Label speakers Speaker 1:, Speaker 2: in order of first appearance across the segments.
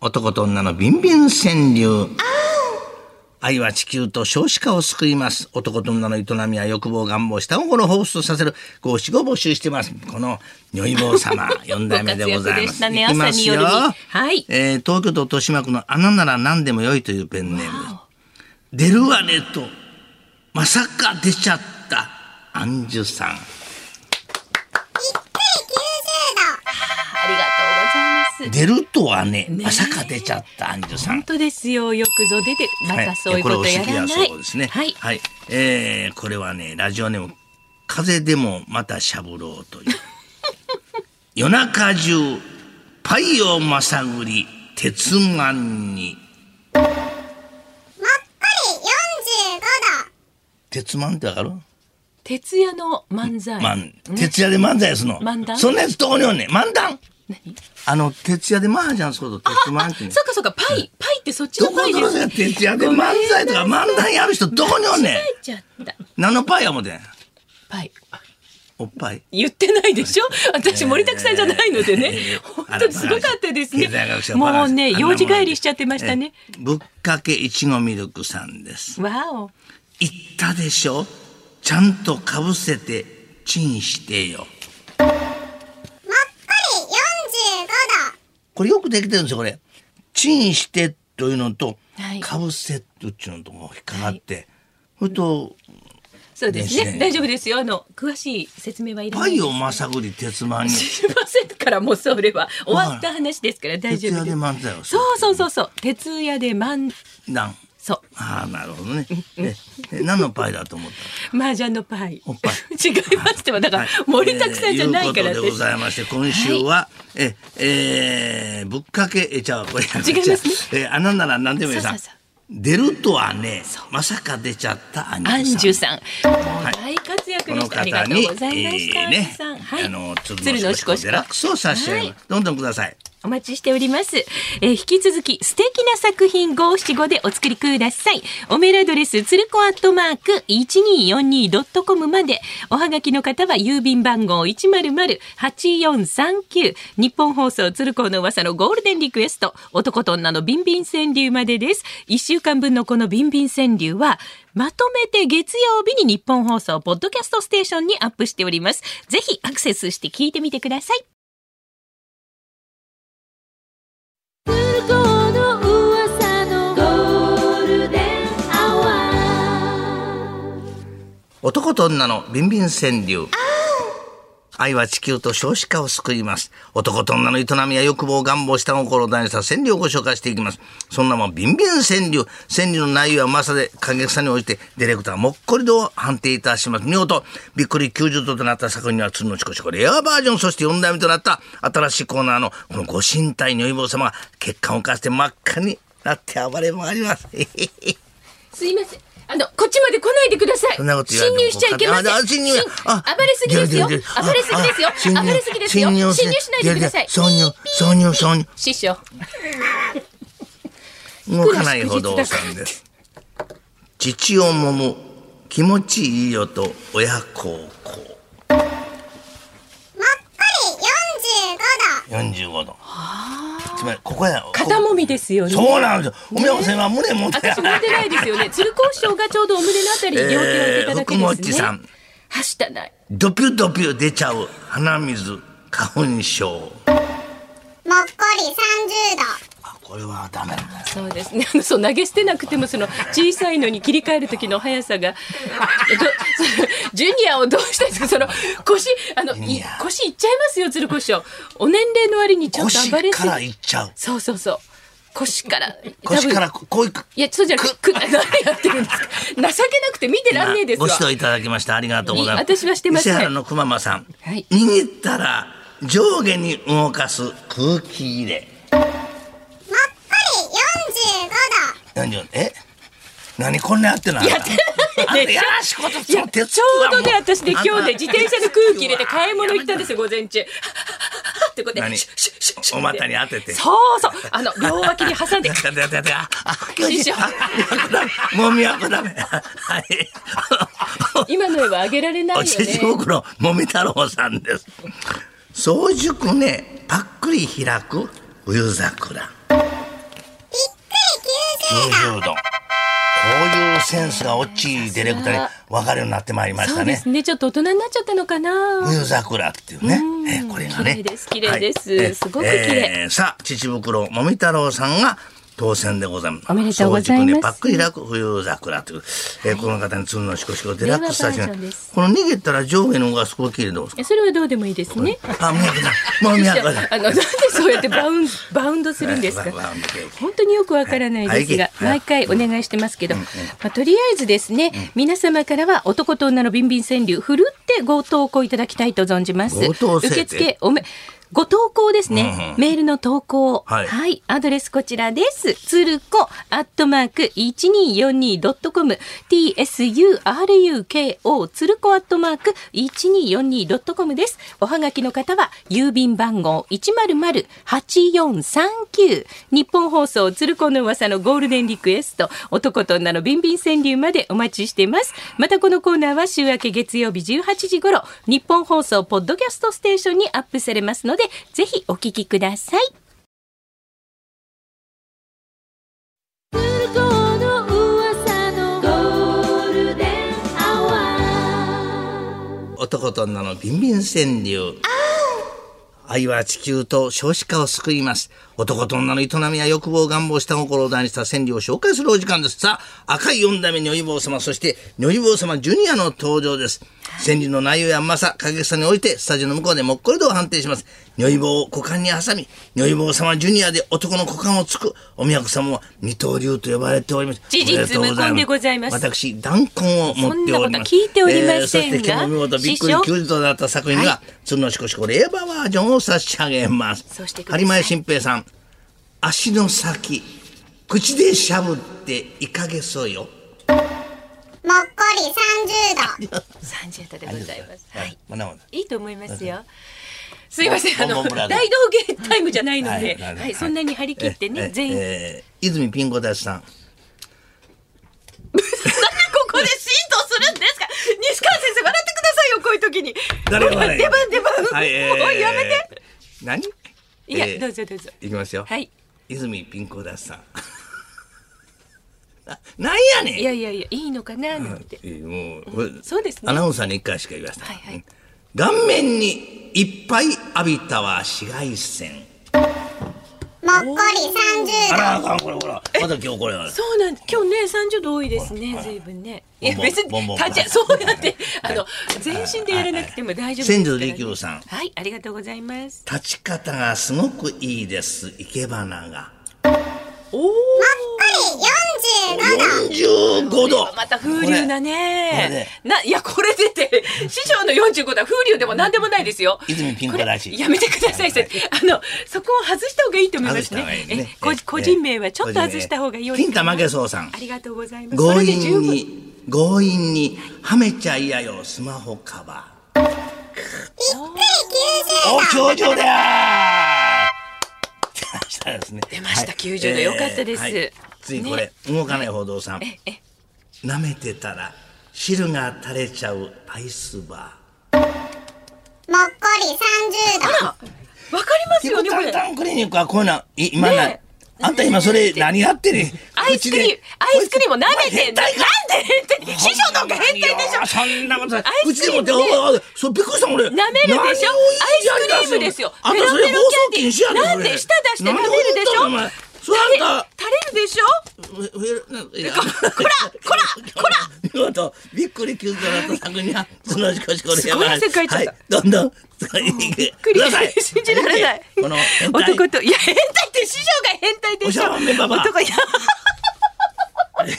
Speaker 1: 男と女のビンビン川柳。愛は地球と少子化を救います。男と女の営みは欲望、願望、下心を放出させる。五七五募集してます。この、如意 棒様、四代目でござ
Speaker 2: ご活躍で
Speaker 1: います。
Speaker 2: したね
Speaker 1: いきますよ
Speaker 2: 朝に夜にはい
Speaker 1: えー東京都豊島区の穴なら何でもよいというペンネームです。出るわねと、まさか出ちゃった、アンジュさん。
Speaker 2: ありがとうございます。
Speaker 1: 出るとはね、
Speaker 2: ねえ
Speaker 1: まさか出ちゃったアンジュさん
Speaker 2: 本。当ですよ。よくぞ出て、ま
Speaker 1: はい
Speaker 2: たそういうことやら
Speaker 1: これお好き
Speaker 2: な
Speaker 1: だ
Speaker 2: い。
Speaker 1: そうですね。
Speaker 2: はい。
Speaker 1: えーこれはね、ラジオネーム、風でもまたしゃぶろうという。 夜中中、パイをまさぐり、鉄マンに。
Speaker 3: もっこり45度。
Speaker 1: 鉄マンってわかる
Speaker 2: 徹夜の漫才。
Speaker 1: マン。徹夜で漫才すの。
Speaker 2: 漫談
Speaker 1: そんなやつどこにおんねん。漫談
Speaker 2: 何
Speaker 1: あの、徹夜でマージャンすること、鉄マンってね。
Speaker 2: そうかそうか、パイ、パイってそっち
Speaker 1: ど
Speaker 2: の
Speaker 1: こ
Speaker 2: パイです。
Speaker 1: どこが徹夜で漫才とか漫談やる人どこにおんねん
Speaker 2: 間違。えちゃった。
Speaker 1: 何のパイやもてん。
Speaker 2: パイ。
Speaker 1: おっぱい。
Speaker 2: 言ってないで しょ私盛りだくさんじゃないのでね
Speaker 1: えー。
Speaker 2: 本当にすごかったですね
Speaker 1: 経済学者。バ
Speaker 2: も
Speaker 1: ラン
Speaker 2: う
Speaker 1: ス
Speaker 2: ね、
Speaker 1: あんな
Speaker 2: 用
Speaker 1: もんで
Speaker 2: 事帰りしちゃってましたね。
Speaker 1: えぶっかけいちごミルクさんです。
Speaker 2: わお。
Speaker 1: 言ったでしょちゃんとかぶせて、チンしてよ。
Speaker 3: もっこり45度。
Speaker 1: これよくできてるんですよ、これ。チンしてというのと
Speaker 2: はい、
Speaker 1: かぶせとっていうのとこう引っかかって、それと、
Speaker 2: そうです
Speaker 1: です
Speaker 2: ね。
Speaker 1: ね
Speaker 2: 大丈夫ですよ。あの、詳しい説明はいら
Speaker 1: パ
Speaker 2: ない
Speaker 1: イ
Speaker 2: です。
Speaker 1: をまさぐり鉄マンに、
Speaker 2: 知りませんから、もうそれは。終わった話ですから 大
Speaker 1: 徹
Speaker 2: 丈夫
Speaker 1: 夜
Speaker 2: で。
Speaker 1: です漫才をする。
Speaker 2: そうそうそうそう。徹夜で漫、
Speaker 1: なん。
Speaker 2: そ
Speaker 1: ああ、なるほ どね。ええ何のパイだと思った
Speaker 2: う。麻雀のパイ。
Speaker 1: おっぱい
Speaker 2: 違いますってば、だから盛りだくさんじゃないから
Speaker 1: えーいうことでございまして今週は、ええーぶっかけえちゃうこれ違
Speaker 2: 違いますね
Speaker 1: えー穴なら何でもいいさん
Speaker 2: そうそうそう
Speaker 1: 出るとはねまさか出ちゃったアンジ
Speaker 2: アンジュ
Speaker 1: ュさん
Speaker 2: さん。もう
Speaker 1: はい
Speaker 2: 大活躍
Speaker 1: こ
Speaker 2: で
Speaker 1: の
Speaker 2: した。あり
Speaker 1: 方
Speaker 2: がとう
Speaker 1: に、
Speaker 2: ございました。
Speaker 1: え
Speaker 2: ア
Speaker 1: ー
Speaker 2: ンジュ
Speaker 1: ね
Speaker 2: さん。はい。
Speaker 1: あの
Speaker 2: 鶴
Speaker 1: 鶴
Speaker 2: の
Speaker 1: の
Speaker 2: し
Speaker 1: し
Speaker 2: こ
Speaker 1: こ
Speaker 2: し
Speaker 1: し
Speaker 2: こ
Speaker 1: こデラックスを差し上げます、
Speaker 2: は
Speaker 1: どんどんください
Speaker 2: お待ちしております。えー引き続き、素敵な作品575でお作りください。おメールアドレス、つるこアットマーク 1242.com まで。おはがきの方は、郵便番号100-8439。日本放送、つるこの噂のゴールデンリクエスト。男と女のビンビン川柳までです。1週間分のこのビンビン川柳は、まとめて月曜日に日本放送、ポッドキャストステーションにアップしております。ぜひ、アクセスして聞いてみてください。
Speaker 1: 男と女のビンビン川柳愛は地球と少子化を救います男と女の営みや欲望願望下心を大事にした川柳をご紹介していきますそんなもんビンビン川柳川柳の内容はまさで過激さに応じてディレクターもっこり度を判定いたします見事びっくり90度となった作品には鶴のしこしこレアバージョンそして4代目となった新しいコーナーのこのご神体如意棒様が血管をかして真っ赤になって暴れ回ります
Speaker 2: すいません。あの、こっちまで来ないでください。
Speaker 1: そんなこと言わ
Speaker 2: 侵入
Speaker 1: れても
Speaker 2: しちゃいけません。
Speaker 1: ああ侵入
Speaker 2: 侵
Speaker 1: あ
Speaker 2: 暴れすぎですよ。
Speaker 1: い
Speaker 2: 暴
Speaker 1: やいやいや
Speaker 2: れすぎですよ
Speaker 1: ああ侵。入
Speaker 2: 暴れすぎですよ。侵入しないでください。
Speaker 1: 侵入挿入挿入
Speaker 2: 師匠。
Speaker 1: 挿入動かない歩道さんです父を揉む気持ちいいよと親孝行
Speaker 3: もっこり45
Speaker 1: 45
Speaker 3: 度。
Speaker 1: 度つまりここや
Speaker 2: 肩
Speaker 1: こ
Speaker 2: 揉みですよ
Speaker 1: こ
Speaker 2: ね。
Speaker 1: そうなんですよお宮本さんは胸持って
Speaker 2: 私持ってないですよね。鶴光師匠がちょうどお胸のあたりに両手を置いていただけ
Speaker 1: えー
Speaker 2: で
Speaker 1: 福持
Speaker 2: す
Speaker 1: さ
Speaker 2: ね
Speaker 1: ん。
Speaker 2: はしたない。
Speaker 1: ドピュドピュ出ちゃう鼻水花粉症
Speaker 3: もっこり30度。
Speaker 1: あこれはダメだね
Speaker 2: そうですね。あのそう投げ捨てなくてもその小さいのに切り替える時の速さが、どそのジュニアをどうしたんですか。その腰あの
Speaker 1: ニ
Speaker 2: い
Speaker 1: ア
Speaker 2: 腰いっちゃいますよ鶴光師匠。お年齢の割にちょっと暴
Speaker 1: 腰
Speaker 2: れす
Speaker 1: か
Speaker 2: ぎ
Speaker 1: ら。いっちゃう
Speaker 2: そうそうそう。腰から。
Speaker 1: 腰
Speaker 2: 多
Speaker 1: か
Speaker 2: 分
Speaker 1: らこういく
Speaker 2: いや、そうじゃなくて、く何やってるんですか。情けなくて見てらんねえです
Speaker 1: ご
Speaker 2: わ。
Speaker 1: 指導いただきました。ありがとうございます。
Speaker 2: い私はしてません
Speaker 1: 伊勢原のくままさん。
Speaker 2: はい
Speaker 1: 握ったら上下に動かす空気入れ。
Speaker 3: もっこり45度。
Speaker 1: 何よえ何こんなやってない
Speaker 2: やってないでしょ
Speaker 1: あんたやらしいこと
Speaker 2: いや、ちょうどね、私ね、今日ね、自転車の空気入れて買い物行ったんですよ、午前中。はっはっはってことで、
Speaker 1: 何
Speaker 2: シュッシュッシュッシュッ
Speaker 1: お股に当てて
Speaker 2: そうそう。あの、両脇に挟んで
Speaker 1: やっ、てやってやってああ気持ちいい
Speaker 2: 師匠
Speaker 1: あ脈ダメもみはダメはい
Speaker 2: 今の絵は上げられないよ
Speaker 1: おちち
Speaker 2: ね。
Speaker 1: 袋もみ太郎さんです早熟ねぱっくり開く冬桜
Speaker 3: もっこり45
Speaker 1: 90度。こういうセンスがオッチーディレクターに分かるようになってまいりまし
Speaker 2: そ
Speaker 1: た
Speaker 2: うで
Speaker 1: ね
Speaker 2: す。ね。ちょっと大人になっちゃったのかな。
Speaker 1: 冬桜っていうね
Speaker 2: うん、
Speaker 1: えーこれがね。
Speaker 2: 綺麗です綺麗です
Speaker 1: はいえー
Speaker 2: すごく綺麗
Speaker 1: えーさあ、秩父黒もみ太郎さんが当選でございます。
Speaker 2: おめでとうございます
Speaker 1: 早熟にパック開く冬桜という、えーこの方に鶴のしこしこデラックススタジオ
Speaker 2: 令和バージョン
Speaker 1: に
Speaker 2: です。
Speaker 1: この逃げたら上下の方がすごく綺麗でどうですか
Speaker 2: えそれはどうでもいいですね。
Speaker 1: あ、宮城さん。もう宮
Speaker 2: じ
Speaker 1: 城
Speaker 2: ゃ あ
Speaker 1: さん。
Speaker 2: あのなんでそうやってバウンバウンドするんですか
Speaker 1: わ。わわ
Speaker 2: 本当によくわからないですが、
Speaker 1: はいはい
Speaker 2: 毎回お願いしてますけど、まあ、とりあえずですね、皆様からは男と女のビンビン川柳、ふるってご投稿いただきたいと存じます。
Speaker 1: ご投稿制定
Speaker 2: 受付おめ、ご投稿ですね、メールの投稿。
Speaker 1: はい
Speaker 2: アドレスこちらです。つるこ、アットマーク、1242.com、tsuruko、つるこ、アットマーク、1242.com です。おはがきの方は、郵便番号100-8439、日本放送、つるこの噂のゴールデンリクエスト、男と女のビンビン川柳までお待ちしています。またこのコーナーは、週明け月曜日18時頃、日本放送、ポッドキャストステーションにアップされますので、ぜひお聞きください。
Speaker 1: 男と女のビンビン川柳。愛は地球と少子化を救います。男と女の営みや欲望、願望、下心を大にした川柳を紹介するお時間です。さあ、赤い四代目女房様、そして女房様ジュニアの登場です。川柳の内容や甘さ、影さにおいて、スタジオの向こうでもっこり度を判定します。女房を股間に挟み、女房様ジュニアで男の股間をつく、お宮子様は二刀流と呼ばれております。
Speaker 2: 事実無根でございます
Speaker 1: 私、弾痕を持ってお
Speaker 2: そ
Speaker 1: り
Speaker 2: んなこ
Speaker 1: ま
Speaker 2: と
Speaker 1: す。
Speaker 2: 聞いておりませんが
Speaker 1: えーそして今日も見事びっく
Speaker 2: 師
Speaker 1: り
Speaker 2: 匠
Speaker 1: 90度だった作品が、鶴のしこしこ令和バージョンを差し上げます。
Speaker 2: そうしてください
Speaker 1: 張前新平さん、足の先、口でしゃぶっていかげそうよ。
Speaker 3: もっこり30度。
Speaker 2: 三十度でございます。はい。
Speaker 1: まあなるほど
Speaker 2: いいと思いますよ。すいません、あ
Speaker 1: ボ
Speaker 2: の
Speaker 1: ンボンブラ
Speaker 2: 大
Speaker 1: ザー
Speaker 2: 道芸タイムじゃないので、
Speaker 1: なるほど
Speaker 2: はい、そんなに張り切って
Speaker 1: え
Speaker 2: ね、
Speaker 1: え
Speaker 2: 全員。なんで
Speaker 1: えー泉ピン子達さん、
Speaker 2: ここで浸透するんですか。西川先生、笑ってくださいよ、こういう時に。
Speaker 1: 誰も笑え
Speaker 2: 出番出番。
Speaker 1: はい、えー
Speaker 2: おい、やめて。。
Speaker 1: 何
Speaker 2: いや、
Speaker 1: えー
Speaker 2: どうぞどうぞ。
Speaker 1: いきますよ。
Speaker 2: はい。
Speaker 1: 泉ピン子達さん。 あなんやねん
Speaker 2: いやいやいや、いいのかななんて。
Speaker 1: えーもうこれ
Speaker 2: そうですね
Speaker 1: アナウンサーに一回しか言いました、
Speaker 2: はいはい
Speaker 1: うん顔面にいっぱい浴びたは紫外線
Speaker 3: もっこり
Speaker 1: あ
Speaker 3: 30度。
Speaker 1: らあかんこれほらまだ今日これは
Speaker 2: そうなんです。今日ね、三十度多いですね、ずいぶんね。いや、
Speaker 1: ボンボン
Speaker 2: 別
Speaker 1: ボンボ
Speaker 2: に、
Speaker 1: ン
Speaker 2: 立ち、そうやって、あの、全身でやらなくても大丈夫ですからね。
Speaker 1: 先祖利休さん
Speaker 2: はい、ありがとうございます。
Speaker 1: 立ち方がすごくいいです生け花が
Speaker 2: おお。
Speaker 3: もっこり45度。
Speaker 1: 45度
Speaker 2: また風流なね。
Speaker 1: こ
Speaker 2: な、いや、これ出て、師匠の45度は風流でも何でもないですよ。
Speaker 1: 泉ピン子らしい
Speaker 2: これやめてください、先生あの、そこを外した方がいいと思いま
Speaker 1: 外し
Speaker 2: す
Speaker 1: た方がい
Speaker 2: ね
Speaker 1: い。
Speaker 2: え
Speaker 1: ね
Speaker 2: こ
Speaker 1: え
Speaker 2: 個人名はちょっと
Speaker 1: 個人名
Speaker 2: 外した方が良い。
Speaker 1: 金玉負けそうさん
Speaker 2: ありがとうございます。
Speaker 1: 強
Speaker 2: それで十
Speaker 1: 引
Speaker 2: 分。
Speaker 1: に強引にはめちゃいやよスマホカバー
Speaker 3: 90
Speaker 1: お頂上だ出ましたです ね。出
Speaker 2: ました90度よかったです
Speaker 1: 次こ
Speaker 2: ね
Speaker 1: れ、動かない報道さん。
Speaker 2: え、え、
Speaker 1: 舐めてたら汁が垂れちゃうアイスバ
Speaker 3: 度。もっこり30度。
Speaker 2: わかります
Speaker 1: ー。
Speaker 2: よ
Speaker 1: 結
Speaker 2: ね、
Speaker 1: 構
Speaker 2: こ
Speaker 1: 簡
Speaker 2: れ。
Speaker 1: 単クリニックはこういうのい今ない。
Speaker 2: ね
Speaker 1: あんた今それ何やってる
Speaker 2: アイスクリーム、アイスクリームを舐めて、なんで変態師匠の方が変態でしょ
Speaker 1: そんなことない
Speaker 2: アイ
Speaker 1: 口
Speaker 2: ス
Speaker 1: で
Speaker 2: クリー
Speaker 1: 持っ
Speaker 2: ム
Speaker 1: て
Speaker 2: ね
Speaker 1: おいおいおいそれびっくりした俺
Speaker 2: 舐めるでしょ
Speaker 1: 何を
Speaker 2: アイスクリーム
Speaker 1: 言い出すの
Speaker 2: ですよ
Speaker 1: あんたそれ
Speaker 2: ペロペ
Speaker 1: 放
Speaker 2: ロ
Speaker 1: 送
Speaker 2: キャ
Speaker 1: 禁
Speaker 2: ンディー
Speaker 1: 止やで
Speaker 2: なんで
Speaker 1: それ
Speaker 2: 舌出して舐めるでしょ
Speaker 1: 何言ったのお前それあんた
Speaker 2: 垂れるでしょ
Speaker 1: こらこらこら見事びっくり急遽なった作にはそのしこしこです
Speaker 2: ごい汗かいちゃった
Speaker 1: はい、どんどんびっ
Speaker 2: びっくり
Speaker 1: ださい
Speaker 2: 信じられない
Speaker 1: この変態
Speaker 2: 男といや変態って師匠が変態でしょ
Speaker 1: おしゃべりババア
Speaker 2: 男いやあの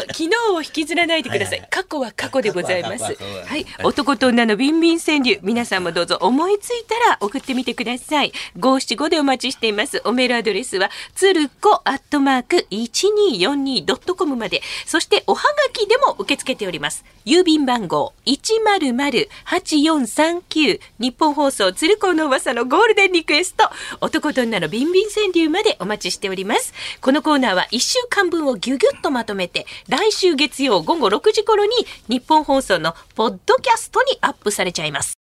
Speaker 2: 昨日を引きずらないでください、
Speaker 1: はい
Speaker 2: 過去は過去でございます
Speaker 1: 過
Speaker 2: は
Speaker 1: 去は過去はい
Speaker 2: い、男と女のビンビン川柳皆さんもどうぞ思いついたら送ってみてください五七五でお待ちしていますおメールアドレスはつるこアットマーク一二四二ドットコムまでそしておはがきでも受け付けております郵便番号一0 0 8 4 3 9日本放送鶴子の噂のゴールデンリクエスト男と女のビンビン川柳までお待ちしておりますこのコーナーは1週間分をギュギュッとまとめて来週月曜午後6時頃に日本放送のポッドキャストにアップされちゃいます